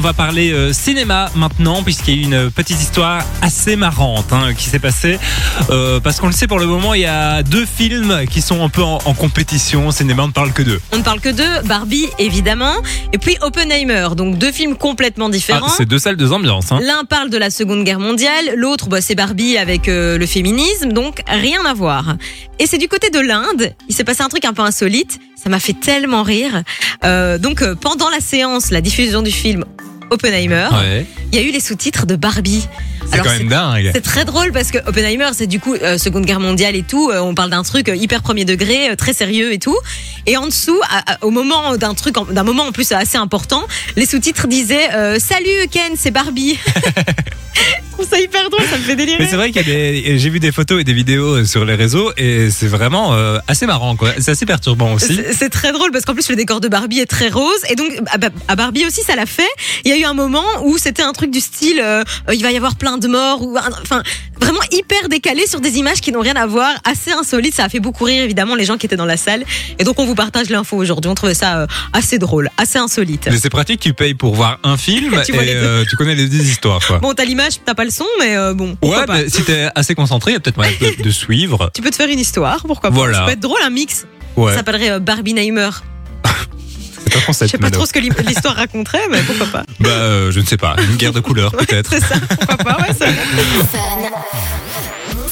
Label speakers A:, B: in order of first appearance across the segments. A: va parler euh, cinéma maintenant, puisqu'il y a une petite histoire assez marrante hein, qui s'est passée. Euh, parce qu'on le sait pour le moment, il y a deux films qui sont un peu en, en compétition. Au Cinéma, on ne parle que d'eux.
B: On ne parle que d'eux, Barbie évidemment, et puis Oppenheimer, donc deux films complètement différents.
A: Ah, c'est deux salles, deux ambiances. Hein.
B: L'un parle de la Seconde Guerre mondiale, l'autre bah, c'est Barbie avec euh, le féminisme, donc rien à voir. Et c'est du côté de l'Inde, il s'est passé un truc un peu insolite, ça m'a fait tellement rire. Euh, donc euh, pendant la séance, la diffusion du film Oppenheimer,
A: Ouais.
B: il y a eu les sous-titres de Barbie.
A: C'est quand même dingue.
B: C'est très drôle parce que Oppenheimer, c'est du coup euh, Seconde Guerre mondiale et tout. euh, on parle d'un truc euh, hyper premier degré, euh, très sérieux et tout. Et en dessous, à- à- au moment d'un truc, en- d'un moment en plus assez important, les sous-titres disaient euh, Salut Ken, c'est Barbie. Je trouve ça hyper drôle, ça me fait délirer.
A: Mais c'est vrai qu'il y a des. J'ai vu des photos et des vidéos euh, sur les réseaux et c'est vraiment euh, assez marrant, quoi. C'est assez perturbant aussi.
B: C'est- C'est très drôle parce qu'en plus le décor de Barbie est très rose et donc à Ba- à Barbie aussi ça l'a fait. Il y a eu un moment où c'était un truc du style euh, euh, il va y avoir plein de morts ou un- enfin vraiment hyper décalé sur des images qui n'ont rien à voir, assez insolite. Ça a fait beaucoup rire évidemment les gens qui étaient dans la salle et donc on vous partage l'info aujourd'hui. On trouvait ça euh, assez drôle, assez insolite.
A: Mais c'est pratique, tu payes pour voir un film
B: Tu
A: et
B: vois les deux.
A: euh, tu connais les deux histoires, quoi.
B: Bon t'as l'image, t'as pas le son mais euh, bon. pourquoi
A: ouais,
B: pas.
A: mais si t'es assez concentré, il y a peut-être moyen de, de suivre.
B: Tu peux te faire une histoire, pourquoi pas.
A: Voilà.
B: Ça peut être drôle un mix.
A: Ouais,
B: Ça s'appellerait euh, Barbie Neimer.
A: c'est un
B: Je
A: concept,
B: sais pas
A: Mano.
B: trop ce que l'hi- l'histoire raconterait mais pourquoi pas.
A: Bah, euh, je ne sais pas, une guerre de couleurs, peut-être.
B: C'est ça, pourquoi pas ouais ça.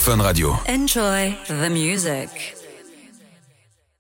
C: Fun Radio.
D: Enjoy the music.